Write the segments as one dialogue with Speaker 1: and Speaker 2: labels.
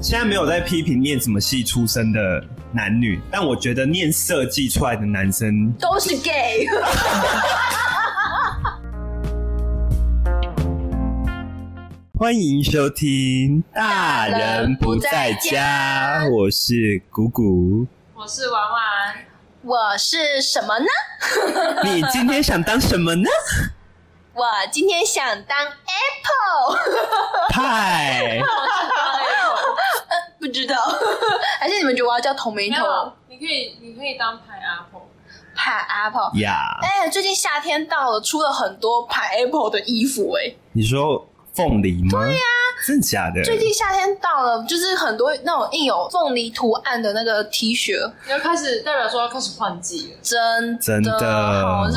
Speaker 1: 现在没有在批评念什么系出身的男女，但我觉得念设计出来的男生
Speaker 2: 都是 gay。
Speaker 1: 欢迎收听《大人不在家》，我是谷谷。
Speaker 3: 我是婉婉，
Speaker 2: 我是什么呢？
Speaker 1: 你今天想当什 么呢？
Speaker 2: 我今天想当 Apple，
Speaker 1: 派
Speaker 3: 啊
Speaker 2: 不知道， 还是你们觉得我要叫同眉
Speaker 3: 没
Speaker 2: 头
Speaker 1: 啊
Speaker 3: 有，你可以你可以当牌 Apple，
Speaker 2: 牌 Apple？
Speaker 1: 呀！
Speaker 2: 哎、最近夏天到了，出了很多牌 Apple 的衣服、哎，
Speaker 1: 你说凤梨吗？对呀、真的假的？
Speaker 2: 最近夏天到了，就是很多那种印有凤梨图案的那个 T 恤，
Speaker 3: 你要开始代表说要开始换季了。
Speaker 2: 真
Speaker 1: 真的
Speaker 2: 好热。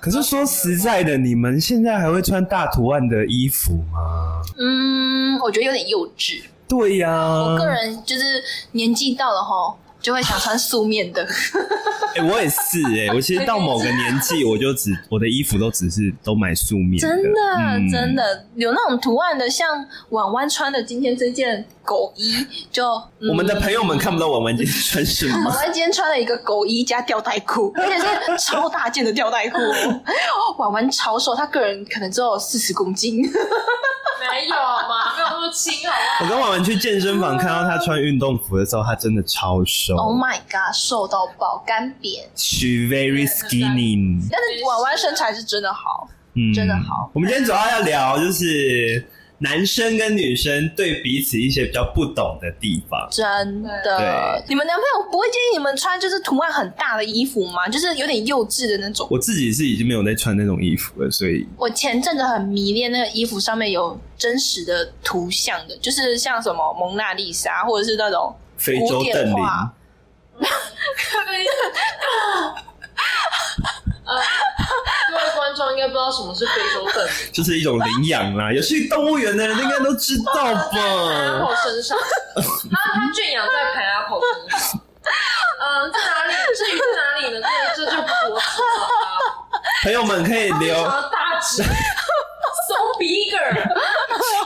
Speaker 1: 可是说实在的，你们现在还会穿大图案的衣服吗？
Speaker 2: 嗯，我觉得有点幼稚。
Speaker 1: 对呀、
Speaker 2: 我个人就是年纪到了吼，就会想穿素面的。
Speaker 1: 哎、我也是哎、我其实到某个年纪，我就只我的衣服都只是都买素面的
Speaker 2: 真的、
Speaker 1: 嗯
Speaker 2: 真的有那种图案的，像婉婉穿的今天这件狗衣，就、嗯
Speaker 1: 我们的朋友们看不到我们今天穿什
Speaker 2: 婉
Speaker 1: 么，
Speaker 2: 婉今天穿了一个狗衣加吊带裤， 而且是超大件的吊带裤。哦 婉婉超瘦，她个人可能只有四十公斤。
Speaker 3: 没有啊嘛，没有那么轻好不
Speaker 1: 我跟婉婉去健身房看到她穿运动服的时候，她真的超瘦
Speaker 2: Oh my god，瘦到爆，干扁。
Speaker 1: ，she very skinny，
Speaker 2: 但是婉婉身材是真的好，
Speaker 1: 嗯，
Speaker 2: 真的好。
Speaker 1: 我们今天主要要聊就是男生跟女生对彼此一些比较不懂的地方。
Speaker 2: 真的
Speaker 1: 对。
Speaker 2: 你们男朋友不会建议你们穿就是图案很大的衣服吗？就是有点幼稚的那种。
Speaker 1: 我自己是已经没有在穿那种衣服了，所以
Speaker 2: 我前阵子很迷恋那个衣服上面有真实的图像的，就是像什么蒙娜丽莎，或者是那种
Speaker 1: 非洲邓
Speaker 2: 古典
Speaker 1: 林
Speaker 2: 化
Speaker 3: 好？对呃，各位观众应该不知道什么是非洲 等级
Speaker 1: 就是一种领养 啦，有去动物园的人应该都知道吧？
Speaker 3: ，Apple 身上，它它圈养在牌 Apple 身上。嗯，在哪里？至于在哪里呢？这这就不多说了。
Speaker 1: 朋友们可以留
Speaker 3: 非，常大只，so bigger。哎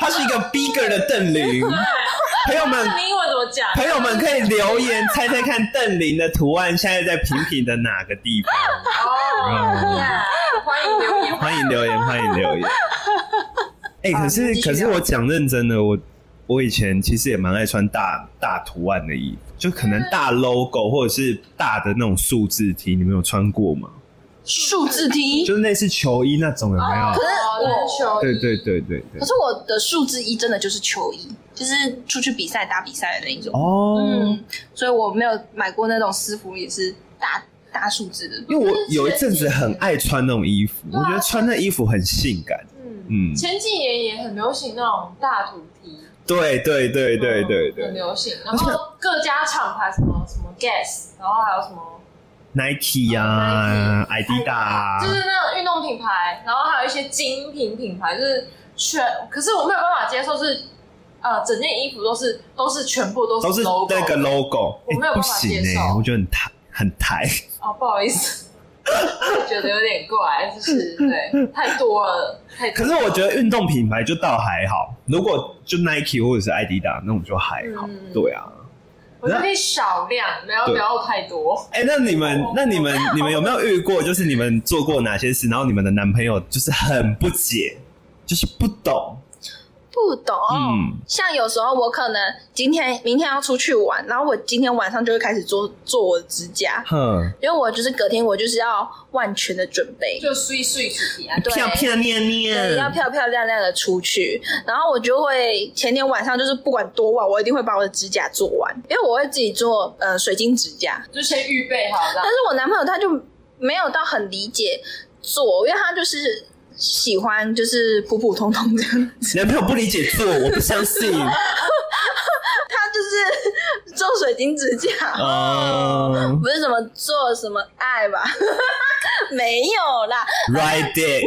Speaker 1: 它是一个 bigger 的邓林。朋友们，
Speaker 3: 那英文怎么讲？
Speaker 1: 朋友们可以留言猜猜看邓林的图案现在在平平的哪个地方？
Speaker 3: 哦，欢迎留言。
Speaker 1: 欢迎留言，欢迎 留言。哎、
Speaker 2: 好
Speaker 1: 可
Speaker 2: 你
Speaker 1: 是
Speaker 2: 继续啊
Speaker 1: 可是
Speaker 2: 聊
Speaker 1: 我讲认真的，我我以前其实也蛮爱穿大大图案的衣服，就可能
Speaker 2: 嗯
Speaker 1: 大 logo 或者是大的那种数字 T，你们有穿过吗？
Speaker 2: 数字 T。E
Speaker 1: 就是类似球衣那种有没有？
Speaker 3: 哦
Speaker 2: 哦可是
Speaker 3: 我
Speaker 1: 对对对对对
Speaker 2: 可。是我的数字一真的就是球衣，就是出去比赛打比赛的那一种。
Speaker 1: 哦，
Speaker 2: 嗯，所以我没有买过那种私服，也是大大数字的。
Speaker 1: 因为我有一阵子很爱穿那种衣服，
Speaker 3: 啊
Speaker 1: 我觉得穿那衣服很性感。
Speaker 3: 嗯，
Speaker 1: 嗯，
Speaker 3: 前几年也很流行那种大图梯，
Speaker 1: 对对对对对
Speaker 3: 很
Speaker 1: 对
Speaker 3: 流行。然后各家厂牌什 么什么 Guess，然后还有什么，
Speaker 1: ，Nike
Speaker 3: 哦
Speaker 1: 呀、艾迪达啊
Speaker 3: 就是那种运动品牌，然后还有一些精品品牌，就是全。可是我没有办法接受是，呃，整件衣服都是都是全部都
Speaker 1: 都是
Speaker 3: logo，
Speaker 1: 那个 logo，
Speaker 3: 我没有
Speaker 1: 哎
Speaker 3: 办法
Speaker 1: 不行
Speaker 3: 接
Speaker 1: 哎，
Speaker 3: 受
Speaker 1: 我觉得很台很台。
Speaker 3: 哦，不好意思。我觉得有点怪，就是对，太多了，太多
Speaker 1: 可
Speaker 3: 了
Speaker 1: 是我觉得运动品牌就倒还好，如果就 Nike 或者是艾迪达那种就还好
Speaker 3: 嗯。
Speaker 1: 对啊，
Speaker 3: 我觉得可以少量，不要
Speaker 1: 对
Speaker 3: 不要太多。
Speaker 1: 哎，那你们
Speaker 3: 哦
Speaker 1: 那你们你们有没有遇过，就是你们做过哪些事，然后你们的男朋友就是很不解，就是不懂，
Speaker 2: 不懂。
Speaker 3: 哦
Speaker 1: 嗯
Speaker 2: 像有时候我可能今天、明天要出去玩，然后我今天晚上就会开始做做我的指甲，
Speaker 1: 哼。
Speaker 2: 因为我就是隔天我就是要万全的准备，
Speaker 3: 就碎碎去皮啊，
Speaker 2: 对
Speaker 1: 漂漂亮
Speaker 2: 对，要
Speaker 1: 亮，
Speaker 2: 漂漂亮亮的出去。然后我就会前天晚上就是不管多晚，我一定会把我的指甲做完，因为我会自己做呃水晶指甲。
Speaker 3: 就先预备好这样
Speaker 2: 但。是我男朋友他就没有到很理解做，因为他就是喜欢就是普普通通这样 子，
Speaker 1: 男朋友不理解做，我不相 信。
Speaker 2: 他就是做水晶指甲。
Speaker 1: 嗯
Speaker 2: 不是什么做什么爱吧， 没有啦，
Speaker 1: ，right dick，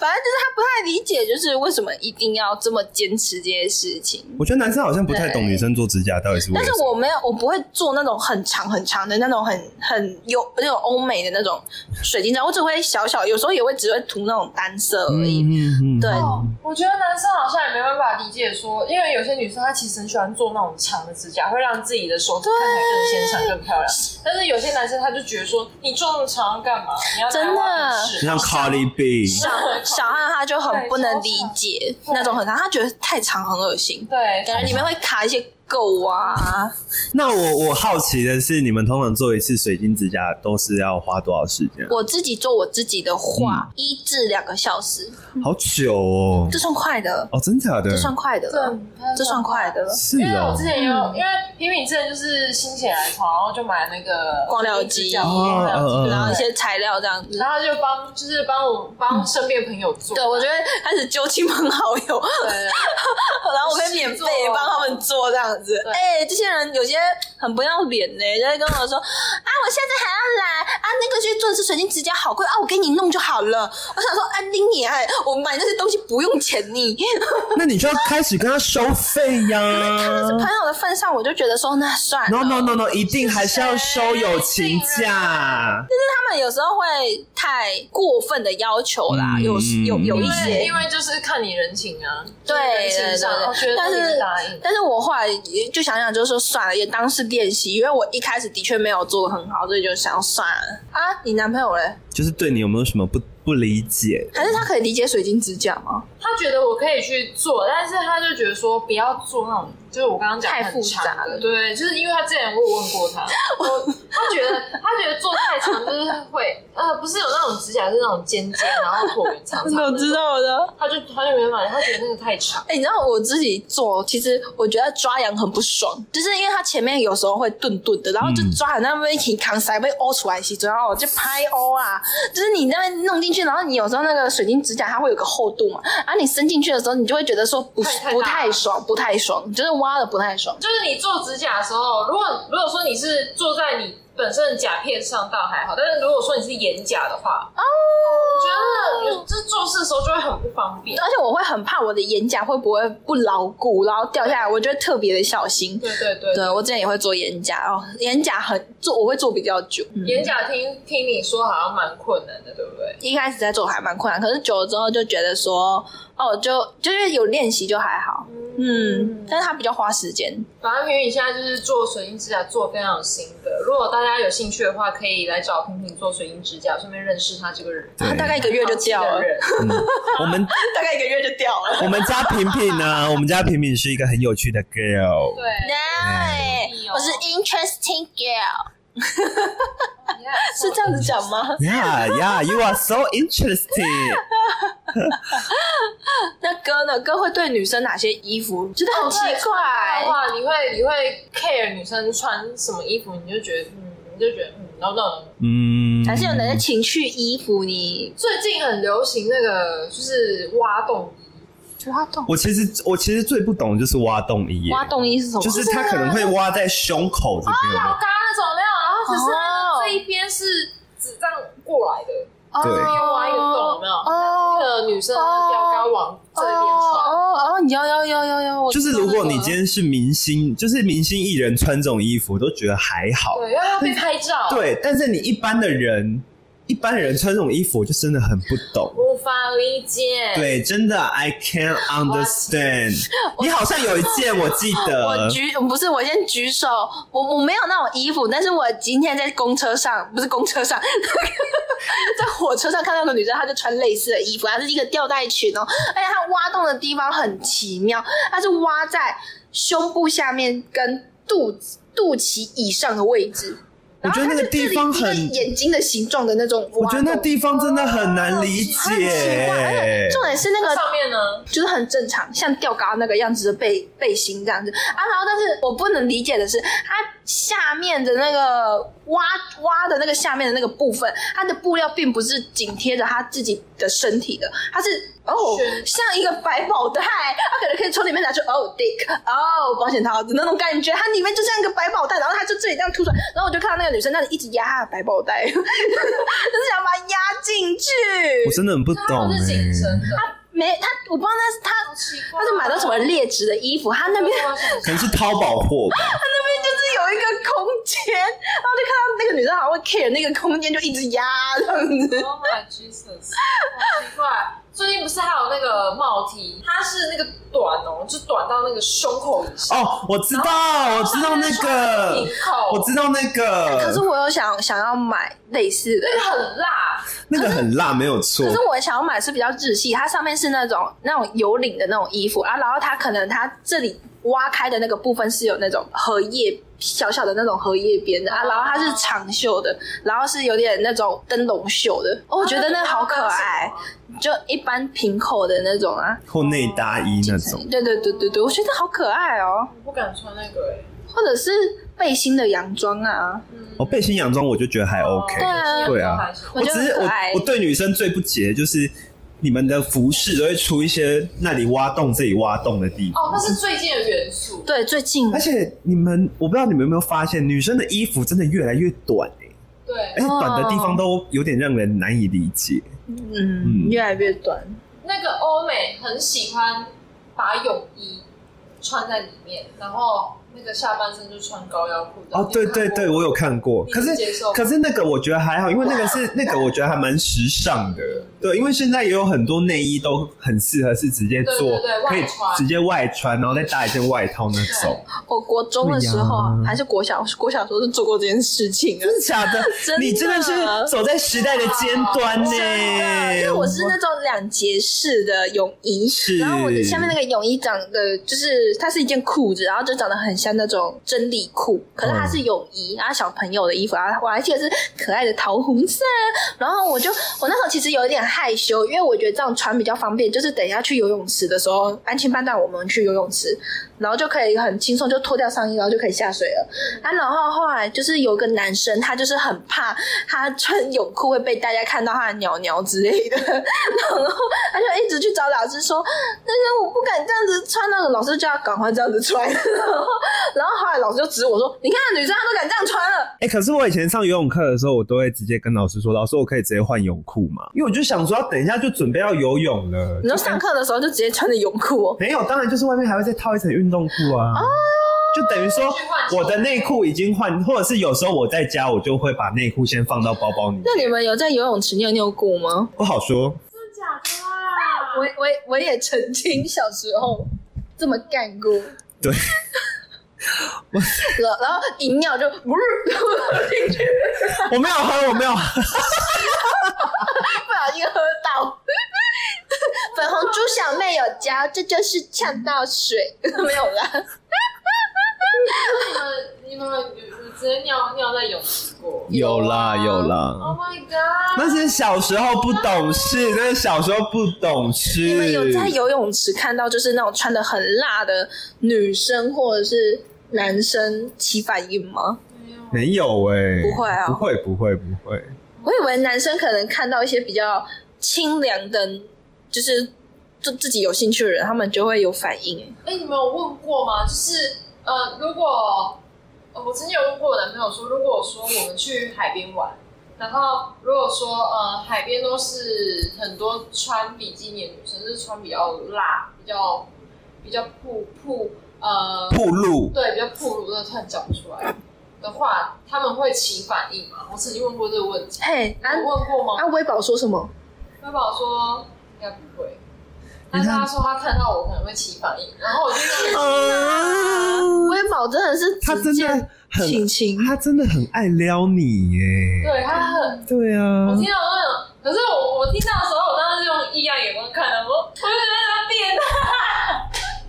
Speaker 2: 反正就是他不太太理解，就是为什么一定要这么坚持这些事情。
Speaker 1: 我觉得男生好像不太懂女生做指甲到底是为
Speaker 2: 但
Speaker 1: 了什
Speaker 2: 是
Speaker 1: 么。
Speaker 2: 我没有，我不会做那种很长很长的那种很很有那种欧美的那种水晶妆，我只会小小，有时候也会只会涂那种单色而已。
Speaker 1: 嗯嗯
Speaker 2: 对
Speaker 3: 哦，我觉得男生好像也没办法理解说，因为有些女生她其实很喜欢做那种长的指甲，会让自己的手指看起来更纤长、更漂亮。但是有些男生他就觉得说，你做那么长要干嘛？你要拿来
Speaker 2: 真的
Speaker 3: 挖鼻屎
Speaker 1: 就像 Cardi B，
Speaker 2: 小小汉他就很
Speaker 3: 对
Speaker 2: 不能
Speaker 3: 超
Speaker 2: 理
Speaker 3: 长
Speaker 2: 解
Speaker 3: 对
Speaker 2: 那种很长，他觉得太长很恶心，
Speaker 3: 对，
Speaker 2: 感觉里面会卡一些垢啊。
Speaker 1: 那我我好奇的是，你们通常做一次水晶指甲都是要花多少时间？
Speaker 2: 我自己做我自己的话，一至两个小时，
Speaker 1: 好久哦
Speaker 2: 这，算快的，
Speaker 1: 哦，真假的
Speaker 2: 这？算快的了，
Speaker 3: 这
Speaker 2: 这算快的了。
Speaker 1: 是
Speaker 3: 因为我
Speaker 1: 哦
Speaker 3: 之，前也有，
Speaker 2: 嗯
Speaker 3: 因为平平之前就是心血来潮，然后就买那个
Speaker 2: 光疗机
Speaker 3: 光疗
Speaker 1: 哦嗯嗯嗯
Speaker 3: 机，
Speaker 2: 然后一些材料这样子。
Speaker 3: 然后就帮就是帮我帮身边朋友做，
Speaker 2: 嗯对，我觉得开始揪亲朋好友，
Speaker 3: 对
Speaker 2: 然后我可以免费帮他们做这样子。
Speaker 3: 对
Speaker 2: 哎、这些人有些很不要脸呢、就会跟我说啊，我下次还要来啊，那个去做一次水晶指甲好贵啊，我给你弄就好了。我想说，啊，拎你哎，我买那些东西不用钱你。
Speaker 1: 那你就要开始跟他收费呀。
Speaker 2: 朋友的份上，我就觉得说那算了。
Speaker 1: No no no no，一定还是要收友情价。
Speaker 2: 他们有时候会太过分的要求啦，
Speaker 1: 嗯
Speaker 2: 有有有一
Speaker 3: 因为
Speaker 2: 些
Speaker 3: 因。为就是看你人情啊，
Speaker 2: 对
Speaker 3: 就是人情上，
Speaker 2: 对对
Speaker 3: 我觉得
Speaker 2: 但是
Speaker 3: 你答应。
Speaker 2: 但是我后来也就想想，就是说算了，也当是练习，因为我一开始的确没有做的很好，所以就想要算了啊。你男朋友嘞？
Speaker 1: 就是对你有没有什么不不理解？
Speaker 2: 还是他可以理解水晶指甲吗？
Speaker 3: 他觉得我可以去做，但是他就觉得说不要做那种，就是我刚刚讲
Speaker 2: 太
Speaker 3: 很长
Speaker 2: 复杂了
Speaker 3: 的，对，就是因为他之前我有问 过他，我他觉得他觉得做太长就是会呃，不是有那种指甲是那种尖尖，然后椭圆长长 的，
Speaker 2: 道的。
Speaker 3: 他就他就没办法，他觉得那个太长，
Speaker 2: 哎、你知道我自己做，其实我觉得抓痒很不爽，就是因为它前面有时候会顿顿的，然后就
Speaker 1: 嗯
Speaker 2: 抓痒那边挺扛塞被凹出来洗，然后我就拍凹啊，就是你那边弄进去，然后你有时候那个水晶指甲它会有个厚度嘛，啊，你伸进去的时候，你就会觉得说不
Speaker 3: 太太大
Speaker 2: 不太爽，不太爽，就是挖的不太爽。
Speaker 3: 就是你做指甲的时候，如果如果说你是坐在你本身的甲片上倒还好，但是如果说你是眼甲的话，哦，我觉得这做事的时候就会很不方便。
Speaker 2: 哦而且我会很怕我的眼甲会不会不牢固，然后掉下来，我就会特别的小心。
Speaker 3: 对对对
Speaker 2: 对我之前也会做眼甲哦，眼甲很做，我会做比较久。嗯
Speaker 3: 眼角听听你说好像蛮困难的，对不对？
Speaker 2: 一开始在做还蛮困难，可是久了之后就觉得说，哦，就就是有练习就还好，嗯，但是它比较花时间。
Speaker 3: 反正平平现在就是做水晶指甲做得非常有心得，如果大家有兴趣的话，可以来找平平做水晶指甲，顺便认识他这个人。
Speaker 1: 对
Speaker 2: 它大概一个月就掉
Speaker 3: 好
Speaker 2: 了
Speaker 3: 气的，人
Speaker 1: 我们
Speaker 2: 大概一个月就掉了。
Speaker 1: 我们家平平呢？ 我们家平平是一个很有趣的 girl。
Speaker 3: 对，
Speaker 2: 对，
Speaker 3: 哦
Speaker 2: 我是 interesting girl，是这样子讲吗？
Speaker 1: Yeah, yeah, you are so interesting.
Speaker 2: 那哥呢？哥会对女生哪些衣服觉得
Speaker 3: 哦
Speaker 2: 很奇怪
Speaker 3: 的？话，你会你会 care 女生穿什么衣服，你就觉得嗯，你就觉得嗯，no no。
Speaker 1: 嗯，
Speaker 2: 还是有哪些情趣衣服你
Speaker 3: 最近很流行那个就是挖洞衣，
Speaker 2: 挖洞？
Speaker 1: 我其实我其实最不懂的就是挖洞衣耶，
Speaker 2: 挖洞衣是什么？
Speaker 1: 就是他可能会挖在胸口这边有没
Speaker 3: 老
Speaker 1: 有
Speaker 3: 嘎那种没有，然后可是它
Speaker 2: 哦
Speaker 3: 这一边是纸这样过来的，
Speaker 1: 对
Speaker 3: 又挖一个哦洞，有没有？
Speaker 2: 哦
Speaker 3: 那个女生的标杆往这边穿。
Speaker 2: 哦哦，你要要要要要，
Speaker 1: 就是如果你今
Speaker 2: 天。
Speaker 1: 天是明星，就是明星艺人穿这种衣服，我都觉得还好。
Speaker 3: 对，因为她被拍照。，
Speaker 1: 对，但是你一般的人，一般的人穿这种衣服，我就真的很不懂。
Speaker 3: 无法理解。，
Speaker 1: 对，真的 I can't understand。你好像有一件我记
Speaker 2: 我
Speaker 1: 得，
Speaker 2: 举不是，我先举手，我我没有那种衣服，但是我今天在公车上，不是公车上， 在火车上看到个女生，她就穿类似的衣服，她是一个吊带裙哦，而且她挖洞的地方很奇妙，她是挖在胸部下面跟肚子。肚脐以上的位置，
Speaker 1: 我觉得那个地方
Speaker 2: 然后它就是
Speaker 1: 很
Speaker 2: 一个，眼睛的形状的那种挖洞，
Speaker 1: 我觉得那地方真的很难理
Speaker 2: 很奇怪，哎而且
Speaker 1: 解。
Speaker 2: 重点是那个
Speaker 3: 那上面呢？
Speaker 2: 就是很正常，像吊嘎那个样子的背背心这样子啊。然后，但是我不能理解的是，它下面的那个挖挖的那个下面的那个部分，它的布料并不是紧贴着它自己的身体的，它是哦
Speaker 3: 是
Speaker 2: 像一个百宝袋，它可能可以从里面拿出哦 dick 哦保险套子那种感觉，它里面就像一个百宝袋，然后它就这里这样凸出来，然后我就看到那个女生那里一直压她的百宝 袋，就是想把它压进去。
Speaker 1: 我真的很不
Speaker 3: 它
Speaker 1: 懂
Speaker 3: 啊不是紧身
Speaker 1: 欸。
Speaker 3: 的，
Speaker 2: 没他，我不知道那是他
Speaker 3: 好奇怪哦
Speaker 2: 他是买到什么劣质的衣服，他那边
Speaker 3: 对我想
Speaker 1: 可能是淘宝货吧。
Speaker 2: 那边就是有一个空间，然后就看到那个女生好像会 care 那个空间，就一直压这样子。
Speaker 3: Oh my Jesus！好奇怪，最近不是还有那个帽 T，它是那个短哦，就短到那个胸口以上。
Speaker 1: 哦，我知道，我知道那个
Speaker 3: 平，口，
Speaker 1: 我知道那
Speaker 2: 可是
Speaker 1: 个，
Speaker 2: 我有想想要买类似的，
Speaker 3: 那个很辣，
Speaker 1: 那个很辣，没有错
Speaker 2: 可。是我想要买是比较日系，它上面是那种那种有领的那种衣服，然后啊然后它可能它这里挖开的那个部分是有那种荷叶小小的那种荷叶边的啊，
Speaker 3: 哦
Speaker 2: 然后它是长袖的，然后是有点那种灯笼袖的，哦，我觉得那个好
Speaker 3: 啊
Speaker 2: 可爱，就一般平口的那种啊，
Speaker 1: 或内搭衣那种，
Speaker 2: 对对对对对，我觉得好可爱哦，
Speaker 3: 我不敢穿那个哎。
Speaker 2: 或者是背心的洋装啊，
Speaker 3: 嗯
Speaker 1: 哦，背心洋装我就觉得还 OK。
Speaker 2: 对啊
Speaker 1: 对啊，
Speaker 2: 我
Speaker 1: 我
Speaker 2: 觉
Speaker 1: 只
Speaker 2: 得
Speaker 1: 是
Speaker 2: 很
Speaker 1: 我
Speaker 2: 可爱
Speaker 1: 我对女生最不解的就是你们的服饰都会出一些那里挖洞这里挖洞的地方，
Speaker 3: 哦，那是最近的元素。
Speaker 2: 对，最近
Speaker 1: 而且你们我不知道你们有没有发现，女生的衣服真的越来越短哎、
Speaker 3: 对
Speaker 1: 而，且短的地方都有点让人难以理解。嗯
Speaker 2: 嗯越来越短，
Speaker 3: 那个欧美很喜欢把泳衣穿在里面，然后那个下半身就穿高腰裤的。
Speaker 1: 哦，对对对，我有看过，
Speaker 3: 你
Speaker 1: 可是
Speaker 3: 接受吗
Speaker 1: 可是那个我觉得还好，因为那个是那个我觉得还蛮时尚的，对，因为现在也有很多内衣都很适合是直接做，
Speaker 3: 对对对
Speaker 1: 可以
Speaker 3: 外穿
Speaker 1: 直接外穿，然后再搭一件外套那种，
Speaker 2: 我国中的时候啊
Speaker 1: 对呀
Speaker 2: 还是国小，国小的时候是做过这件事情啊
Speaker 1: 真。的假的？
Speaker 2: 真的
Speaker 1: 你真的是走在时代的尖端呢、
Speaker 2: 真的，因为我是那种两节式的泳衣，
Speaker 1: 是
Speaker 2: 然后我的下面那个泳衣长得就是它是一件裤子，然后就长得很像那种真理裤，可是它是泳衣，然后小朋友的衣服，然后我还记得是可爱的桃红色，啊然后我就我那时候其实有一点害羞，因为我觉得这样穿比较方便，就是等一下去游泳池的时候，安亲班带我们去游泳池，然后就可以很轻松就脱掉上衣，然后就可以下水了。啊，然后后来就是有个男生，他就是很怕他穿泳裤会被大家看到他的鸟鸟之类的， 然后他就一直去找老师说，那个我不敢这样子穿，那个老师就要赶快这样子穿。 然后，然后后来老师就指我说，你看女生她都敢这样穿了，
Speaker 1: 哎、可是我以前上游泳课的时候，我都会直接跟老师说，老师我可以直接换泳裤嘛，因为我就想说，等一下就准备要游泳了
Speaker 2: 你，说
Speaker 1: 就
Speaker 2: 上课的时候就直接穿着泳裤、哦。
Speaker 1: 没有，当然就是外面还会再套一层运动裤啊。就等于说，我的内裤已经换，或者是有时候我在家，我就会把内裤先放到包包里面。
Speaker 2: 那你们有在游泳池尿尿过吗？
Speaker 1: 不好说，
Speaker 3: 真的假的啊？
Speaker 2: 我我我也曾经小时候 这么干过。
Speaker 1: 对，
Speaker 2: 然后 然后一尿就 不是进去，
Speaker 1: 我没有喝，我没有喝。
Speaker 2: 不小心喝到。 粉红猪小妹有教，这就是呛到水， 没有啦。
Speaker 3: 你们你们有有直接尿尿在泳池过
Speaker 1: 有啦
Speaker 2: 有啊
Speaker 1: 有啦，
Speaker 3: ？Oh my god！
Speaker 1: 那是小时候不懂事，那是小时候不懂事。
Speaker 2: 你们有在游泳池看到就是那种穿的很辣的女生或者是男生起反应吗？
Speaker 3: 没有
Speaker 1: 没有哎、
Speaker 2: 不会啊
Speaker 1: 不会不会不会。
Speaker 2: 我以为男生可能看到一些比较清凉的，就是就自己有兴趣的人，他们就会有反应。哎
Speaker 3: 哎、你们有问过吗？就是呃，如果、呃我曾经有问过我男朋友说，如果说我们去海边玩，然后如果说呃海边都是很多穿比基尼的女生，就是穿比较辣、比较比较瀑瀑呃
Speaker 1: 铺路
Speaker 3: 对比较暴露的，突然讲不出来的话，他们会起反应吗？我曾经问过这个问题，
Speaker 2: 嘿，
Speaker 3: 你
Speaker 2: 啊
Speaker 3: 有问过吗？
Speaker 2: 啊，微宝说什么？
Speaker 3: 微宝说应该不会，
Speaker 1: 你
Speaker 3: 但是
Speaker 1: 看
Speaker 3: 他说他看到我可能会起反应，然后我就在那边
Speaker 1: 啊，
Speaker 2: 微宝真的是
Speaker 1: 他
Speaker 2: 直
Speaker 1: 真
Speaker 2: 接
Speaker 1: 的很
Speaker 2: 亲，亲，
Speaker 1: 他真的很爱撩你耶、
Speaker 3: 对他很，
Speaker 1: 对啊
Speaker 3: 我，听到那种，可是我我听到的时候，我当时是用异样眼光看的，我我就觉得他变态，你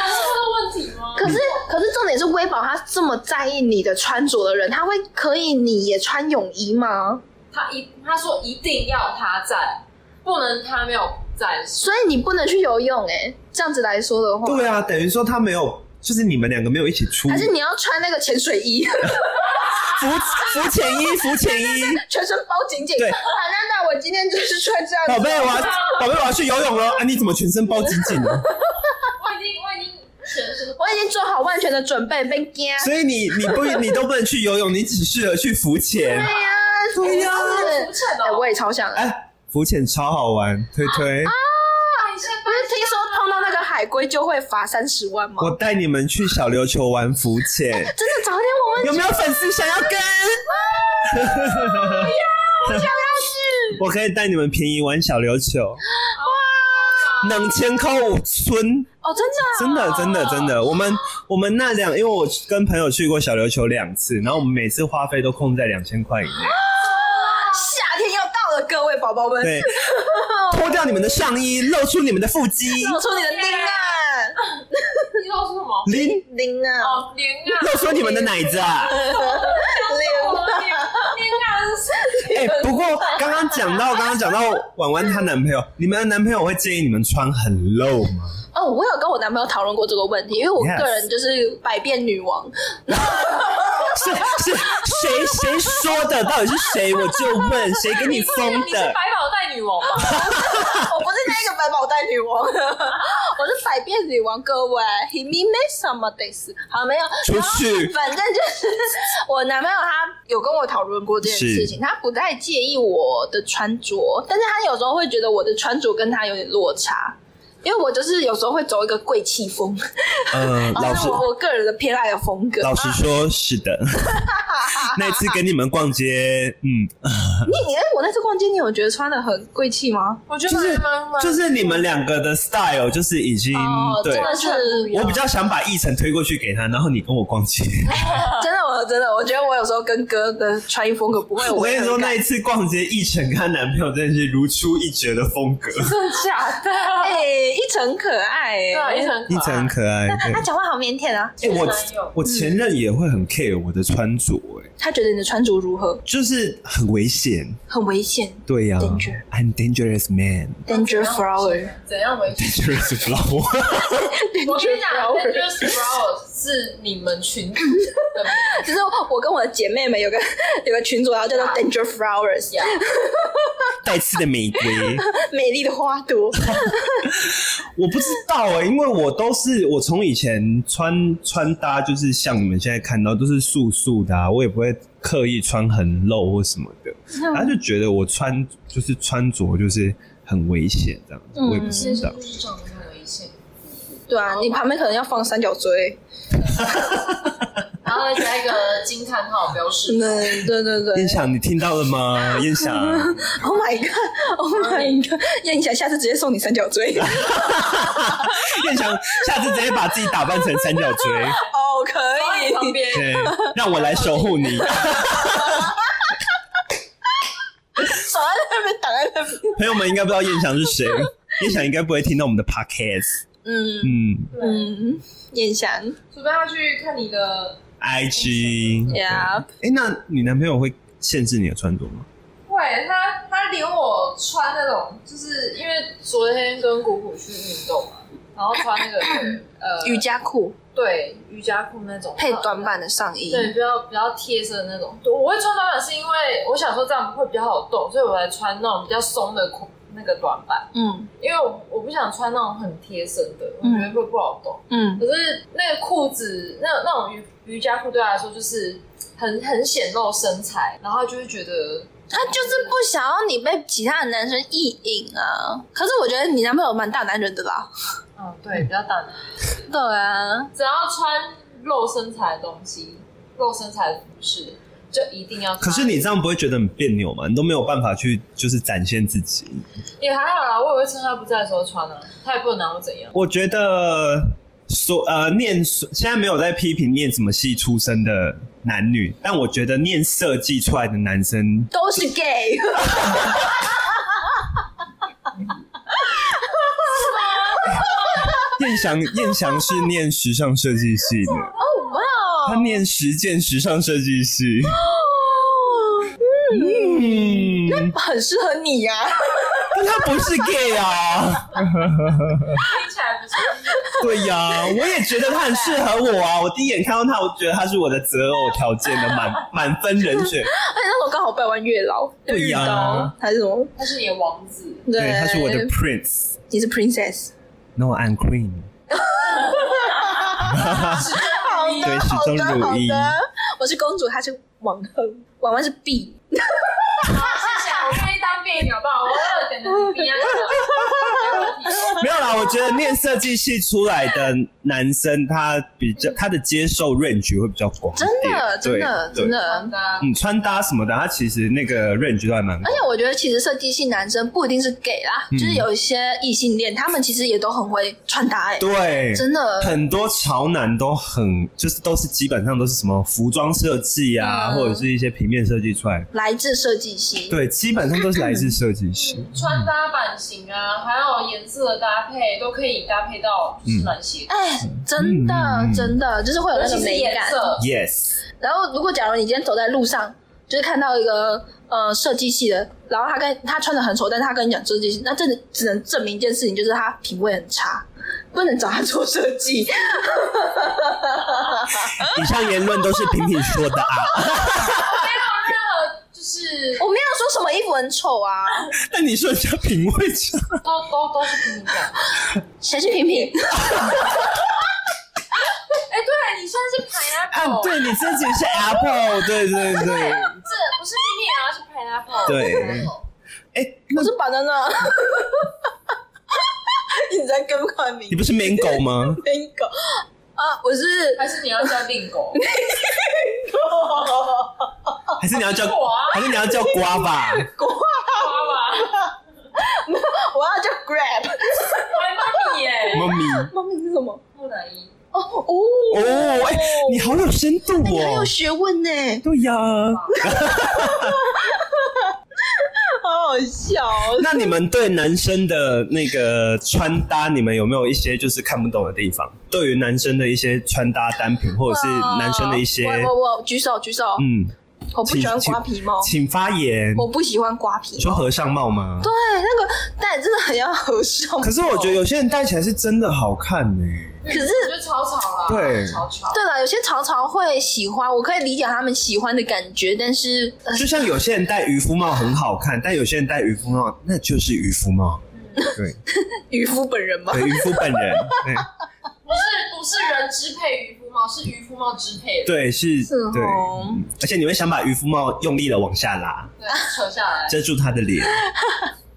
Speaker 3: 们是有这个问题吗？
Speaker 2: 可是，可是重点是微宝他这么在意你的穿着的人，他会可以你也穿泳衣吗？
Speaker 3: 他一他说一定要他在，不能他没有在，
Speaker 2: 所以你不能去游泳哎、这样子来说的话，
Speaker 1: 对啊，等于说他没有，就是你们两个没有一起出
Speaker 2: 哦还是你要穿那个潜水衣，
Speaker 1: 浮浮潜衣，浮潜衣。
Speaker 2: 全身包紧紧。
Speaker 1: 对
Speaker 2: 啊，那那我今天就是穿这样子。
Speaker 1: 宝贝，我要宝贝，我要去游泳了啊！你怎么全身包紧紧的？
Speaker 3: 我已经我已经全身
Speaker 2: 我已经做好万全的准备，被惊。
Speaker 1: 所以你你不你都不能去游泳，你只适合去浮潜。
Speaker 2: 对呀，
Speaker 1: 对呀
Speaker 2: 是不是
Speaker 3: 浮。潜
Speaker 2: 哎，
Speaker 3: 哦，
Speaker 2: 我也超想的。啊
Speaker 1: 哎，浮潜超好玩，推推。
Speaker 3: 看一下
Speaker 2: 龟就会罚三十万吗？
Speaker 1: 我带你们去小琉球玩浮潜，
Speaker 2: 真的早点我们
Speaker 1: 有没有粉丝想要跟？我可以带你们便宜玩小琉球，两千块五村，
Speaker 2: 哦，真的啊
Speaker 1: 真的真 的真的，我们我们那两，因为我跟朋友去过小琉球两次，然后我们每次花费都控在两千块以 内。
Speaker 2: 夏天要到了，各位宝宝们，
Speaker 1: 对，脱掉你们的上衣，露出你们的腹 肌，
Speaker 2: 露出你的丁啊，
Speaker 3: 你说是什么？
Speaker 1: 零
Speaker 2: 丁 啊，
Speaker 3: 哦，连啊，
Speaker 1: 露出你们的奶子 啊！
Speaker 3: 我
Speaker 2: 丁
Speaker 3: 的脸连啊是
Speaker 1: 哎、不过刚刚讲到，刚刚讲到婉婉她男朋友，你们的男朋友会建议你们穿很露吗？
Speaker 2: 哦，我有跟我男朋友讨论过这个问题，因为我
Speaker 1: Yes
Speaker 2: 个人就是百变女王，
Speaker 1: 是是，谁谁说的？到底是谁？ 我就问，谁给你
Speaker 3: 不是
Speaker 1: 封
Speaker 3: 你是
Speaker 1: 的？
Speaker 3: 百宝袋女王吧？
Speaker 2: 我不是那个百宝袋女王， 我是百变女王，各位，he me me some d a s 好没有，
Speaker 1: 出去
Speaker 2: 然后反正就是我男朋友他有跟我讨论过这件事情，他不太介意我的穿着，但是他有时候会觉得我的穿着跟他有点落差。因为我就是有时候会走一个贵气风，
Speaker 1: 嗯，老
Speaker 2: 是
Speaker 1: 师
Speaker 2: 我我个人的偏爱的风格。啊
Speaker 1: 老实说，是的。 那次跟你们逛街，嗯，
Speaker 2: 你你哎，我那次逛街，你有觉得穿的很贵气吗？
Speaker 3: 我觉得
Speaker 1: 就是
Speaker 3: 蛮蛮蛮
Speaker 1: 就是你们两个的 style 就是已经
Speaker 2: 哦，
Speaker 1: 嗯对
Speaker 2: 真。的是
Speaker 1: 我比较想把议程推过去给他，然后你跟我逛街。
Speaker 2: 真的，我真的，我觉得我有时候跟哥的穿衣风格不会有
Speaker 1: 我跟
Speaker 2: 违
Speaker 1: 你说，
Speaker 2: 和感。
Speaker 1: 那一次逛街，议程跟她男朋友真的是如出一辙的风 格，
Speaker 2: 啊
Speaker 3: 真的假 的？
Speaker 2: 哎、一晨可爱、欸，
Speaker 3: 对啊，一直很可
Speaker 1: 议
Speaker 3: 爱
Speaker 1: 程很可爱。对
Speaker 2: 他讲话好腼腆啊。
Speaker 1: 哎、我
Speaker 3: 前男友
Speaker 1: 我前任也会很 care 我的穿着、欸，
Speaker 2: 他觉得你的穿着如何？
Speaker 1: 就是很危险。
Speaker 2: 很危险
Speaker 1: 对呀、
Speaker 2: Danger
Speaker 1: I'm dangerous man,
Speaker 2: ，danger flower。
Speaker 3: 怎样为止？
Speaker 1: dangerous flower。
Speaker 3: 我跟你
Speaker 2: danger
Speaker 3: 讲
Speaker 2: flower
Speaker 3: ，Dangerous Flower 是你们群体的名字
Speaker 2: 就是我跟我的姐妹们有个 有个群组，然后叫做 Danger Flowers，
Speaker 3: 呀。
Speaker 1: 带刺的玫瑰，
Speaker 2: 美丽的花朵。
Speaker 1: 我不知道哎、因为我都是我从以前穿穿搭就是像你们现在看到都是素素的、啊，我也不会刻意穿很露或什么的，
Speaker 2: 嗯
Speaker 1: 然后就觉得我穿就是穿着就是很危险这样子，
Speaker 2: 嗯
Speaker 1: 我也不
Speaker 3: 其
Speaker 1: 知
Speaker 3: 实
Speaker 1: 道。
Speaker 3: 就是长得很危险，
Speaker 2: 对啊，你旁边可能要放三角锥。
Speaker 3: 然后再加一个惊叹号标识
Speaker 2: 嗯，，对对对
Speaker 1: 燕。翔，你听到了吗？燕 翔，
Speaker 2: Oh my god！Oh my god！燕翔，下次直接送你三角 锥。
Speaker 1: 燕翔，下次直接把自己打扮成三角锥，
Speaker 2: 哦，可
Speaker 3: 放在旁
Speaker 2: 以。
Speaker 3: 边。
Speaker 1: 对，让我来守护 你。
Speaker 2: 手在那边，挡在那边。
Speaker 1: 朋友们应该不知道燕翔是谁，燕翔应该不会听到我们的 podcast。
Speaker 2: 嗯
Speaker 1: 嗯
Speaker 3: 嗯，
Speaker 2: 嗯，燕翔
Speaker 3: 除非他去看你的，
Speaker 1: ，IG。
Speaker 2: ，Yeah。
Speaker 1: 哎、那你男朋友会限制你的穿着吗？
Speaker 3: 会他他连我穿那种，就是因为昨天跟谷谷去运动嘛，然后穿那个呃
Speaker 2: 瑜伽裤
Speaker 3: 对瑜伽裤那种
Speaker 2: 配短版的上衣，
Speaker 3: 对，比较比较贴身的那种。我会穿短版是因为我想说这样会比较好动，所以我才穿那种比较松的裤那个短版，
Speaker 2: 嗯
Speaker 3: 因为我我不想穿那种很贴身的，我
Speaker 2: 嗯
Speaker 3: 觉得会不好动。
Speaker 2: 嗯
Speaker 3: 可是那个裤子，那那种瑜瑜伽裤对他来说就是很很显露身材，然后就会觉得
Speaker 2: 他就是不想要你被其他的男生意淫啊。可是我觉得你男朋友蛮大男人的啦，
Speaker 3: 嗯，对，比较大男。
Speaker 2: 对啊，
Speaker 3: 只要穿露身材的东西，露身材的服饰，就一定要穿。
Speaker 1: 可是你这样不会觉得很别扭吗？你都没有办法去就是展现自己。
Speaker 3: 也还好啦，我也会趁他不在的时候穿啊，他也不能拿我怎样。
Speaker 1: 我觉得所呃念现在没有在批评念什么系出身的男女，但我觉得念设计出来的男生
Speaker 2: 都 是 gay，
Speaker 1: 燕翔，燕翔是念时尚设计系的，
Speaker 2: 哦哇
Speaker 1: 他
Speaker 2: 哦，
Speaker 1: 念实践时尚设计系。嗯，
Speaker 2: 很适合你呀、啊。
Speaker 1: 但他不是 gay 啊。
Speaker 3: 听起来不错，
Speaker 1: 对呀、我也觉得他很适合我啊。我第一眼看到他，我觉得他是我的择偶条件的 满满分人选。
Speaker 2: 而且那时候刚好拜完月老，就
Speaker 1: 对
Speaker 2: 遇
Speaker 1: 呀
Speaker 2: 到还是什么？
Speaker 3: 他是你的王子。
Speaker 2: 对
Speaker 1: 对，他是我的 prince。
Speaker 2: 你是 princess，
Speaker 1: No, I'm queen。
Speaker 2: 好的
Speaker 1: 对始终
Speaker 2: 好的
Speaker 1: 如
Speaker 2: 好
Speaker 1: 一
Speaker 2: 的，我是公主，她是王后，婉婉是 B，
Speaker 3: 谢谢，我愿意当变鸟吧，我二点的 B 啊，没问题。
Speaker 1: 没有啦，我觉得念设计系出来的男生，他比 较他的接受 range 会比较广一
Speaker 2: 真
Speaker 1: 点，
Speaker 2: 的，真
Speaker 1: 对
Speaker 2: 的，
Speaker 1: 对
Speaker 2: 真的。
Speaker 3: 的
Speaker 1: 嗯，穿搭什么的，他其实那个 range 都还蛮
Speaker 2: 而
Speaker 1: 广。
Speaker 2: 且我觉得，其实设计系男生不一定是 gay 啦，
Speaker 1: 嗯
Speaker 2: 就是有一些异性恋，他们其实也都很会穿搭、欸，
Speaker 1: 对，
Speaker 2: 真的。
Speaker 1: 很多潮男都很就是都是基本上都是什么服装设计啊，
Speaker 2: 嗯
Speaker 1: 或者是一些平面设计出来的，
Speaker 2: 来自设计系，
Speaker 1: 对，基本上都是来自设计 师。
Speaker 3: 穿搭版型啊，还有颜色的搭配，都可以搭配到
Speaker 1: 嗯
Speaker 3: 就是蛮协调，
Speaker 2: 哎，真的、
Speaker 1: 嗯嗯嗯
Speaker 2: 真的，就是会有
Speaker 3: 尤
Speaker 2: 那
Speaker 3: 其
Speaker 2: 种
Speaker 3: 是
Speaker 2: 美
Speaker 3: 颜
Speaker 2: 感。
Speaker 3: 色。
Speaker 1: Yes，
Speaker 2: 然后，如果假如你今天走在路上，就是看到一个呃设计系的，然后他跟他穿的很丑，但是他跟你讲设计系，那这只能证明一件事情，就是他品味很差，不能找他做设 计。
Speaker 1: 以上言论都是平平说的 啊。
Speaker 3: 就是
Speaker 2: 我没有说什么衣服很丑啊，
Speaker 1: 但你说人家品味差，
Speaker 3: 都都都是平民哎感。
Speaker 2: 谁去评评？
Speaker 3: 哎，对你算是 pineapple，
Speaker 1: 啊，对你自己是 Apple，对对 对
Speaker 3: 这不是蜜蜜啊，是 pineapple。
Speaker 1: 对。哎、
Speaker 2: 我是 banana。你在更换名
Speaker 1: 你不是 Mango 吗？
Speaker 2: bingo 啊？ 我是
Speaker 3: 还是你要叫令狗？
Speaker 1: 还是你要叫
Speaker 3: 我啊？
Speaker 1: 还是你要叫瓜吧？
Speaker 3: 花吧，
Speaker 2: 我要叫 grab。
Speaker 3: 我还帮你耶，
Speaker 1: 猫咪
Speaker 2: 猫咪是什么？
Speaker 3: 木乃伊。
Speaker 2: 哦哦
Speaker 1: 哦，哎、你好有深度
Speaker 2: 那你很
Speaker 1: 哦
Speaker 2: 有。学问呢，
Speaker 1: 对呀，
Speaker 2: 好好笑哦。
Speaker 1: 那你们对男生的那个穿搭，你们有没有一些就是看不懂的地方？对于男生的一些穿搭单品，或者是男生的一些，
Speaker 2: 我我我举手举手，
Speaker 1: 嗯，
Speaker 2: 我不喜欢瓜皮猫，
Speaker 1: 请发言。
Speaker 2: 我不喜欢瓜
Speaker 1: 你
Speaker 2: 皮猫。
Speaker 1: 说和尚帽吗？
Speaker 2: 对，那个戴真的很要和尚。
Speaker 1: 可是我觉得，有些人戴起来是真的好看呢、
Speaker 2: 可是
Speaker 3: 我觉得草草啦，
Speaker 1: 对
Speaker 3: 草草。
Speaker 2: 对了，有些常常会喜欢，我可以理解他们喜欢的感觉，但是呃
Speaker 1: 就像有些人戴渔夫帽很好看，但有些人戴渔夫帽那就是渔夫帽。
Speaker 3: 嗯
Speaker 1: 对，
Speaker 2: 渔夫本人嘛，
Speaker 1: 对，渔夫本 人，
Speaker 3: 不是不是人支配渔夫帽，是渔夫帽支配
Speaker 1: 对，
Speaker 3: 人，
Speaker 1: 对是，
Speaker 2: 是哦
Speaker 1: 对，嗯而且你会想把渔夫帽用力的往下拉，
Speaker 3: 对，扯下来。
Speaker 1: 遮住他的脸。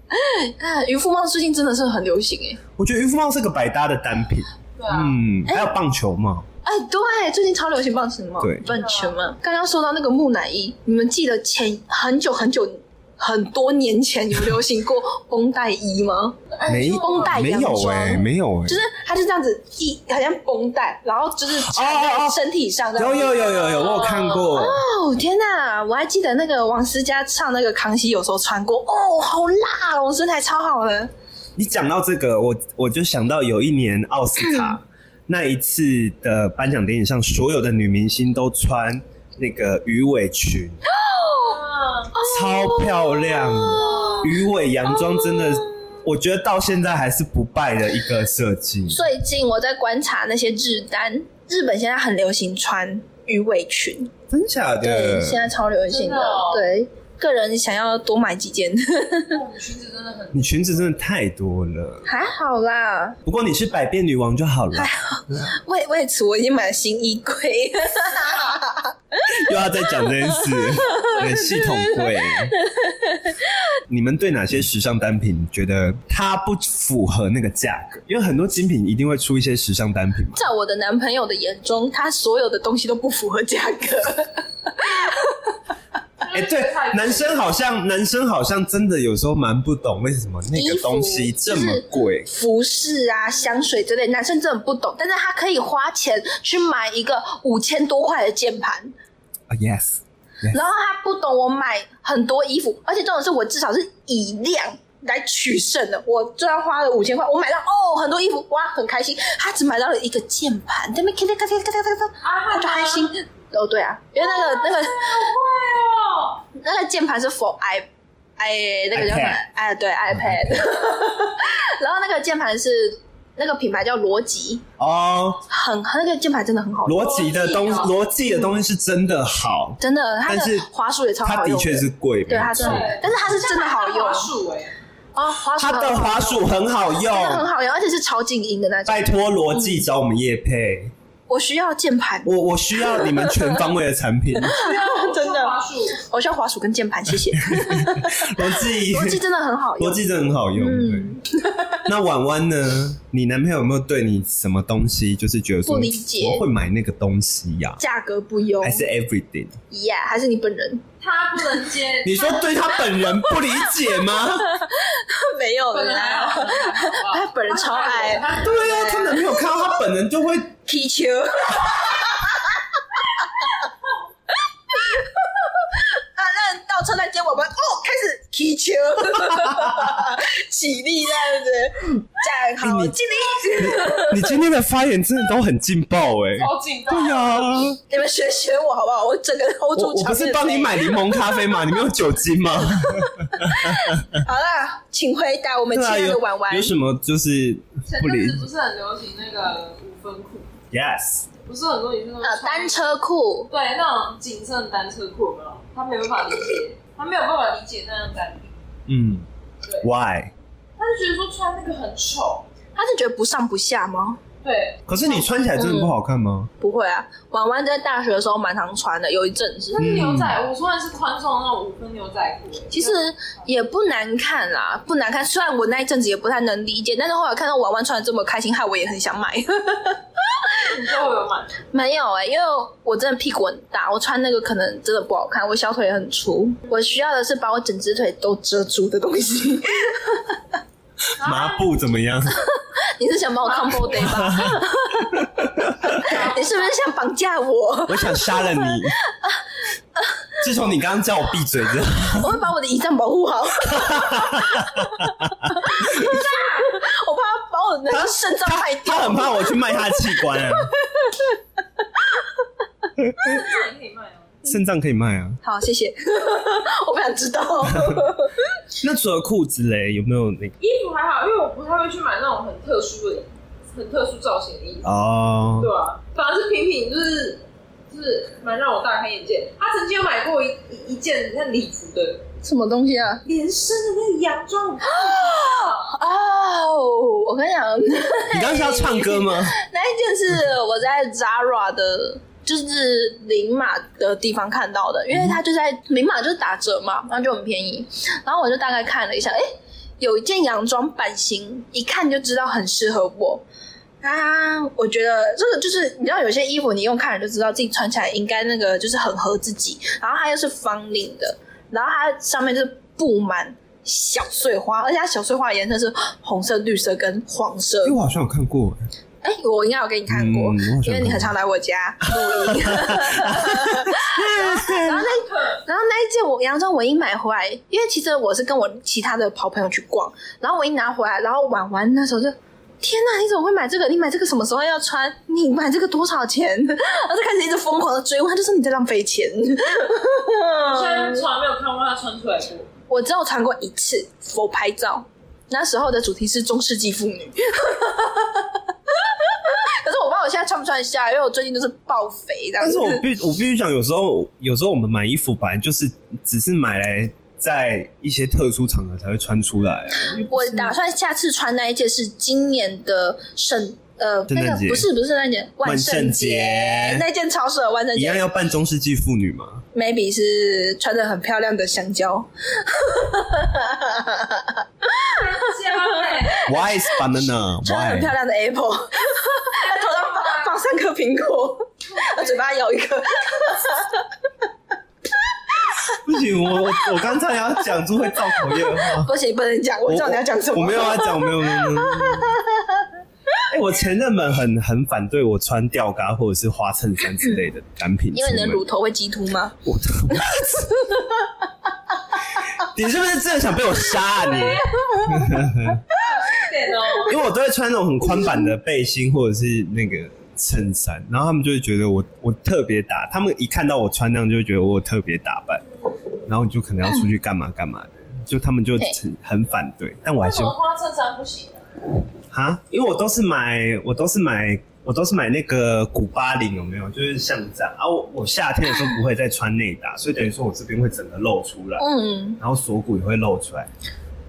Speaker 2: 哎渔夫帽最近真的是很流行哎。
Speaker 1: 我觉得渔夫帽是个百搭的单品，
Speaker 3: 对啊，
Speaker 1: 嗯，还有棒球帽，
Speaker 2: 哎，对，最近超流行棒球帽，
Speaker 1: 对
Speaker 2: 棒球帽。刚刚说到那个木乃伊，你们记得前很久很久很多年前有流行过绷带衣 吗？
Speaker 3: 哎
Speaker 1: 没
Speaker 3: 说
Speaker 2: 绷带
Speaker 1: 没
Speaker 2: 洋
Speaker 1: 有
Speaker 2: 装，
Speaker 1: 哎，没有哎
Speaker 2: 就，是它就这样子一，好像绷带，然后就是缠
Speaker 1: 哦哦
Speaker 2: 在
Speaker 1: 哦
Speaker 2: 身体上这样
Speaker 1: 有
Speaker 2: 子。
Speaker 1: 有有有有，我有看过，
Speaker 2: 哦天哪！我还记得那个王思佳唱那个《康熙》，有时候穿过，哦，好辣哦，身材超好的。
Speaker 1: 你讲到这个，我我就想到有一年奥斯卡
Speaker 2: 嗯
Speaker 1: 那一次的颁奖典礼上，所有的女明星都穿那个鱼尾裙，
Speaker 3: 啊
Speaker 2: 哦
Speaker 1: 超漂亮。鱼尾洋装真
Speaker 2: 哦
Speaker 1: 的，我觉得到现在还是不败的一个设计。
Speaker 2: 最近我在观察那些日单，日本现在很流行穿鱼尾裙，
Speaker 1: 真假
Speaker 2: 对，
Speaker 1: 的？
Speaker 2: 现在超流行
Speaker 3: 真
Speaker 2: 的，
Speaker 3: 的哦
Speaker 2: 对。个人想要多买几 件，
Speaker 3: 我们裙子真的很
Speaker 1: 你裙子真的太多了，
Speaker 2: 还好啦。
Speaker 1: 不过你是百变女王就好了，
Speaker 2: 为为此，我已经买了新衣柜。
Speaker 1: 又要再讲这件事，很系统柜。你们对哪些时尚单品觉得它不符合那个价格？因为很多精品一定会出一些时尚单品嘛。
Speaker 2: 在我的男朋友的眼中，他所有的东西都不符合价格。
Speaker 1: 哎、对，男生好像男生好像真的有时候蛮不懂为什么那个东西
Speaker 2: 衣服
Speaker 1: 这么
Speaker 2: 就是
Speaker 1: 贵。
Speaker 2: 服饰啊、香水之类，男生真的不懂，但是他可以花钱去买一个五千多块的键盘，
Speaker 1: 啊 yes，
Speaker 2: 然后他不懂我买很多衣服，而且这种是我至少是以量来取胜的。我就算花了五千块，我买到哦很多衣服，哇很开心。他只买到了一个键盘，在那边咔咔咔咔咔咔咔，
Speaker 3: 啊，
Speaker 2: 他就开心。哦对啊，因为那个那个
Speaker 3: 对哦，
Speaker 2: 那个键盘是 for i i 那个叫什么
Speaker 1: iPad？
Speaker 2: 哎对 iPad，然后那个键盘是那个品牌叫罗辑。
Speaker 1: 哦，
Speaker 2: 很那个键盘真的很好用，
Speaker 1: 逻辑的东
Speaker 3: 逻辑哦
Speaker 1: 逻辑的东西是真的好，
Speaker 2: 真的，它的
Speaker 1: 但是
Speaker 2: 滑鼠也超
Speaker 1: 它
Speaker 2: 好
Speaker 1: 的
Speaker 2: 用，
Speaker 1: 确是贵，
Speaker 2: 对它
Speaker 1: 没错
Speaker 2: 真的
Speaker 3: 对，
Speaker 2: 但是它是真的好用
Speaker 3: 滑鼠哎，
Speaker 2: 哦，滑鼠
Speaker 1: 它的滑鼠很好哦
Speaker 2: 真的很嗯
Speaker 1: 用，
Speaker 2: 好用，而且是超静音的那种。
Speaker 1: 拜托逻辑找我们叶配，
Speaker 2: 我需要键盘，
Speaker 1: 我我需要你们全方位的产品。
Speaker 2: 真的
Speaker 3: 花束，
Speaker 2: 我需要滑鼠跟键 盘，谢谢。
Speaker 1: 逻辑
Speaker 2: 逻辑真的很好用
Speaker 1: 逻，辑真的很好用。
Speaker 2: 嗯
Speaker 1: 对那婉婉呢？你男朋友有没有对你什么东西，就是觉得说
Speaker 2: 不理解
Speaker 1: 怎么会买那个东西呀、
Speaker 2: 价格不优，
Speaker 1: 还是 everything？
Speaker 2: yeah，还是你本人
Speaker 3: 他不能接。
Speaker 1: 你说
Speaker 3: 他
Speaker 1: 对他本人不理解吗？
Speaker 2: 没有
Speaker 3: 本人还好，
Speaker 2: 啦，他本人超爱
Speaker 3: 他
Speaker 1: 对啊，她男朋友看到她本人就会
Speaker 2: 皮球。 啊，那倒车那间我们哦开始踢球， 起立这样子，站好，
Speaker 1: 嗯哎你
Speaker 2: 敬礼。
Speaker 1: 你今天的发言真的都很劲爆哎、
Speaker 3: 超紧张。
Speaker 1: 对呀、
Speaker 2: 你们学学我好不好？我整个 hold
Speaker 1: 我
Speaker 2: 住
Speaker 1: 我
Speaker 2: 场面。
Speaker 1: 不是帮你买柠檬咖啡吗？你没有酒精吗？
Speaker 2: 好啦，请回答我们
Speaker 1: 对
Speaker 2: 亲
Speaker 1: 啊，
Speaker 2: 爱的
Speaker 1: 有
Speaker 2: 婉婉
Speaker 1: 有。什么就是
Speaker 3: 前
Speaker 1: 不理
Speaker 3: 阵子不是很流行那个五分裤，
Speaker 1: ？Yes，
Speaker 3: 不是很多女生都会
Speaker 2: 呃，
Speaker 3: 穿
Speaker 2: 单车裤，
Speaker 3: 对那种紧身的单车裤，有没有？他没有办法理解，他没有办法理解那样的感觉，
Speaker 1: 嗯
Speaker 3: 对
Speaker 1: ，Why？
Speaker 3: 他就觉得说穿那个很丑。
Speaker 2: 他是觉得不上不下吗？
Speaker 3: 对，
Speaker 1: 可是你穿起来真的不好看吗？
Speaker 2: 不会啊，婉婉在大学的时候蛮常穿的，有一阵子
Speaker 3: 那。是牛仔，我穿的是宽松的那种五分牛仔裤、欸
Speaker 2: 其实也不难看啦，不难看。虽然我那一阵子也不太能理解，但是后来看到婉婉穿的这么开心，害我也很想买。
Speaker 3: 你知道我有买，
Speaker 2: 没有哎、因为我真的屁股很大，我穿那个可能真的不好看。我小腿很粗，我需要的是把我整只腿都遮住的东西。 啊
Speaker 1: 麻布怎么样？
Speaker 2: 你是想把我 combo day 吧？ 你是不是想绑架 我？
Speaker 1: 我想杀了你。 自从你刚刚叫我闭嘴之后，
Speaker 2: 我会把我的胰脏保护好。我怕把我的那个肾脏坏掉
Speaker 1: 他。很怕我去卖他的器官啊。
Speaker 3: 那也可以卖哦。
Speaker 1: 肾脏可以卖啊。
Speaker 2: 好，谢谢。 我不想知道。
Speaker 1: 那除了裤子嘞，有没有那个？
Speaker 3: 衣服还好，因为我不太会去买那种很特殊的、很特殊造型的衣服，
Speaker 1: 哦
Speaker 3: 对，啊，反而是平平就是就是蛮让我大开眼界。他曾经有买过一一一件像礼服的
Speaker 2: 什么东西啊？
Speaker 3: 连身的那个洋装，
Speaker 2: 哦，我跟你讲，
Speaker 1: 你刚刚是要唱歌吗？
Speaker 2: 那一件是我在 Zara 的。就是零码的地方看到的，因为它就在零码就是打折嘛，然后就很便宜。然后我就大概看了一下，哎、有一件洋装版型，一看就知道很适合我啊！我觉得这个就是你知道，有些衣服你用看了就知道自己穿起来应该那个就是很合自己，然后它又是方领的，然后它上面就是布满小碎花，而且它小碎花的颜色是红色、绿色跟黄色
Speaker 1: 因为。我好像有看过，
Speaker 2: 哎、我应该有给你看过，
Speaker 1: 嗯我好像有看过
Speaker 2: 因为你很常来我家录音。然后那然后那一件我洋装我一买回来，因为其实我是跟我其他的好朋友去逛，然后我一拿回来，然后婉婉那时候就。天呐，你怎么会买这个？你买这个什么时候要穿？你买这个多少钱？ 然后就开始一直疯狂的追问，他就说你在浪费钱。
Speaker 3: 我现在从来没有看过他穿出来过。
Speaker 2: 我只有穿过一次，否拍照。那时候的主题是中世纪妇女， 可是我不知道我现在穿不穿得下，因为我最近就是爆肥这样
Speaker 1: 但
Speaker 2: 子
Speaker 1: 是我必我必须讲，有时候有时候我们买衣服本来就是只是买来在一些特殊场合才会穿出 来啊，
Speaker 2: 我打算下次穿那一件是今年的圣呃
Speaker 1: 圣
Speaker 2: 那
Speaker 1: 诞
Speaker 2: 个
Speaker 1: 节
Speaker 2: 不是不是那件万圣
Speaker 1: 万圣节
Speaker 2: 那件超适合万圣
Speaker 1: 一样
Speaker 2: 节
Speaker 1: 要扮中世纪妇女嘛。
Speaker 2: ，maybe 是穿的很漂亮的香蕉，
Speaker 3: 家嘞，
Speaker 1: Why is
Speaker 2: 穿的很漂
Speaker 1: banana？Why？
Speaker 2: 亮的 apple，头上放放三颗苹果， 嘴巴咬一颗，
Speaker 1: 不行，我我我刚才要讲出会造口业的话。
Speaker 2: 不行不能讲，我知道你要讲什么，
Speaker 1: 我没有要讲，没有没有。没有哎、我前任们很很反对我穿吊嘎或者是花衬衫之类的单品出
Speaker 2: 因为
Speaker 1: 门，
Speaker 2: 你的乳头会激突吗？
Speaker 1: 我 的妈！你是不是真的想被我杀、啊、你？
Speaker 3: 对哦，
Speaker 1: 因为我都会穿那种很宽版的背心或者是那个衬衫，然后他们就会觉得我我特别打，他们一看到我穿那样就会觉得我有特别打扮，然后你就可能要出去干嘛干嘛的，就他们就
Speaker 2: 对
Speaker 1: 很很反对，但我还
Speaker 3: 为
Speaker 1: 是
Speaker 3: 什么花衬衫不行啊？
Speaker 1: 哈，因为我都是买我都是买我都是买那个古巴领有没有？就是像这样啊，我我夏天的时候不会再穿内搭，所以等于说我这边会整个露出来，
Speaker 2: 嗯
Speaker 1: 然后锁骨也会露出来，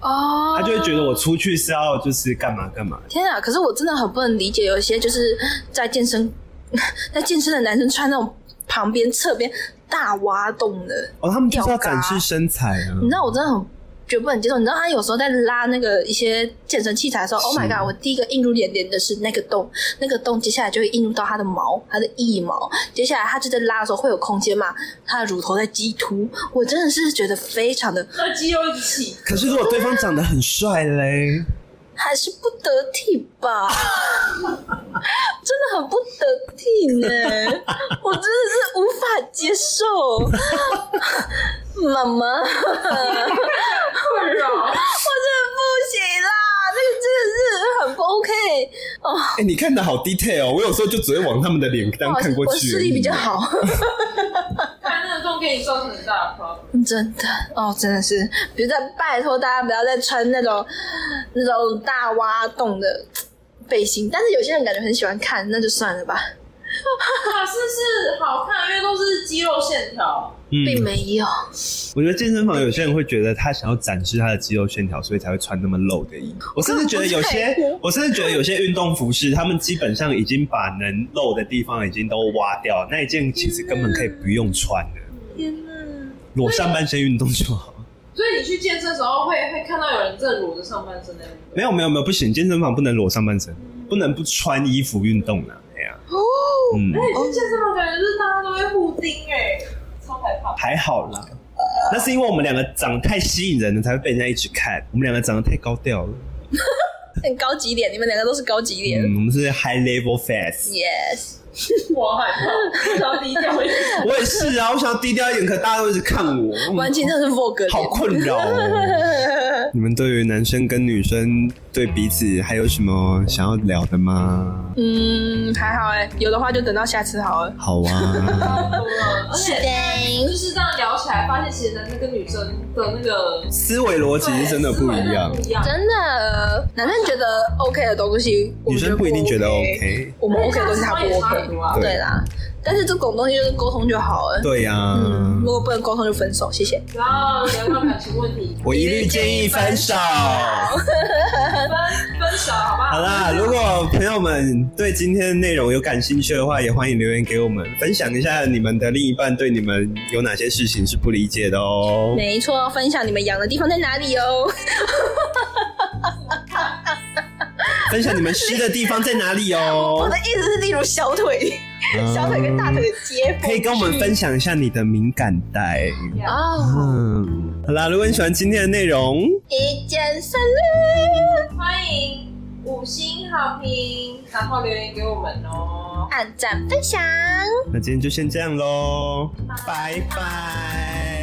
Speaker 2: 哦，
Speaker 1: 他就会觉得我出去是要就是干嘛干嘛的。
Speaker 2: 天啊！可是我真的很不能理解，有一些就是在健身 在健身的男生穿那种旁边侧边大挖洞的，
Speaker 1: 哦，他们就是要
Speaker 2: 吊嘎
Speaker 1: 展示身材啊
Speaker 2: 你。知道我真的很绝不能接受。你知道他有时候在拉那个一些健身器 材的时候，Oh my
Speaker 1: 是
Speaker 2: god！我第一个映入眼帘的是那个洞，那个洞接下来就会映入到他的毛，他的腋毛。接下来他就在拉的时候会有空间嘛，他的乳头在激突，我真的是觉得非常的
Speaker 3: 那肌肉一直起，
Speaker 1: 可是如果对方长得很帅嘞，
Speaker 2: 还是不得体吧，真的很不得体呢，我真的是无法接受，妈妈，我真的
Speaker 3: 困扰。
Speaker 2: 不行啦，那个真的是很不 OK 哦。
Speaker 1: 哎、你看的好 detail 哦，我有时候就只会往他们的脸
Speaker 2: 不
Speaker 1: 当
Speaker 2: 好意
Speaker 1: 看
Speaker 2: 思
Speaker 1: 过，去。
Speaker 2: 哦我视力比较，好，
Speaker 3: 看那个洞给你造成很大的 problem。
Speaker 2: 真的哦，真的是，比如在拜托大家不要再穿那种那种大挖洞的背心，但是有些人感觉很喜欢看，那就算了吧，
Speaker 3: 法式是好看，因为都是肌肉线条。
Speaker 2: 并
Speaker 1: 嗯，
Speaker 2: 没有。
Speaker 1: 我觉得健身房有些人会觉得他想要展示他的肌肉线条，所以才会穿那么露的衣
Speaker 2: 哦
Speaker 1: 服。我甚至觉得有
Speaker 2: 我根本
Speaker 1: 些
Speaker 2: 不在乎，
Speaker 1: 我甚至觉得有些运动服饰，他们基本上已经把能露的地方已经都挖掉了，那一件其实根本可以不用穿的，
Speaker 2: 天哪！
Speaker 1: 裸上半身运动就好。
Speaker 3: 所以你去健身的时候会会看到有人正裸着上半身的。
Speaker 1: 没有没有没有，不行，健身房不能裸上半身，不能不穿衣服运动啊，哎呀、
Speaker 2: 哦
Speaker 1: 嗯，
Speaker 3: 而且去健身房感觉就是大家都会互盯哎、超害怕。
Speaker 1: 还好啦。那是因为我们两个长得太吸引人了，才会被人家一直看。我们两个长得太高调了，
Speaker 2: 很高级脸，你们两个都是高级脸。
Speaker 1: 嗯，我们是 high level fans。
Speaker 2: Yes，
Speaker 3: 我好害怕，然后低调一点。
Speaker 1: 我也是啊，我想要低调一点，可大家都一直看我，嗯
Speaker 2: 完全就是 Vogue
Speaker 1: 好
Speaker 2: 脸。
Speaker 1: 困扰、哦。 你们对于男生跟女生对彼此还有什么想要聊的吗？
Speaker 2: 嗯，还好哎、有的话就等到下次好了。
Speaker 1: 好 啊，
Speaker 3: 而且就是这样聊起来，发现其实男生跟女生的那个
Speaker 1: 思维逻辑是真的不一样
Speaker 3: 思维真的不。一样。
Speaker 2: 真的，男生觉得 OK 的东西， 我
Speaker 1: 女
Speaker 2: 们
Speaker 1: 生不一定觉得
Speaker 2: OK，
Speaker 1: OK。
Speaker 2: 我们 OK 的东西他不 OK。
Speaker 1: 对
Speaker 2: 对啦，但是这种东西就是沟通就好了。
Speaker 1: 对呀、啊
Speaker 2: 嗯，如果不能沟通就分手，谢谢。
Speaker 1: 哦
Speaker 3: 然后聊到感情问题，
Speaker 1: 我一律建议分手。
Speaker 3: 分分手好不好？
Speaker 1: 好啦，如果朋友们对今天的内容有感兴趣的话，也欢迎留言给我们，分享一下你们的另一半对你们有哪些事情是不理解的哦。
Speaker 2: 没错，分享你们养的地方在哪里哦。
Speaker 1: 分享你们湿的地方在哪里
Speaker 2: 我
Speaker 1: 哦嗯
Speaker 2: 的。意思是，例如小腿、小腿跟大腿的接缝，
Speaker 1: 可以跟我们分享一下你的敏感带。
Speaker 2: 哦。
Speaker 1: 嗯，好啦，如果你喜欢今天的内容，
Speaker 2: 一键三连，
Speaker 3: 欢迎五星好评，然后留言给我们哦。
Speaker 2: 按赞分享。
Speaker 1: 那今天就先这样喽，拜拜。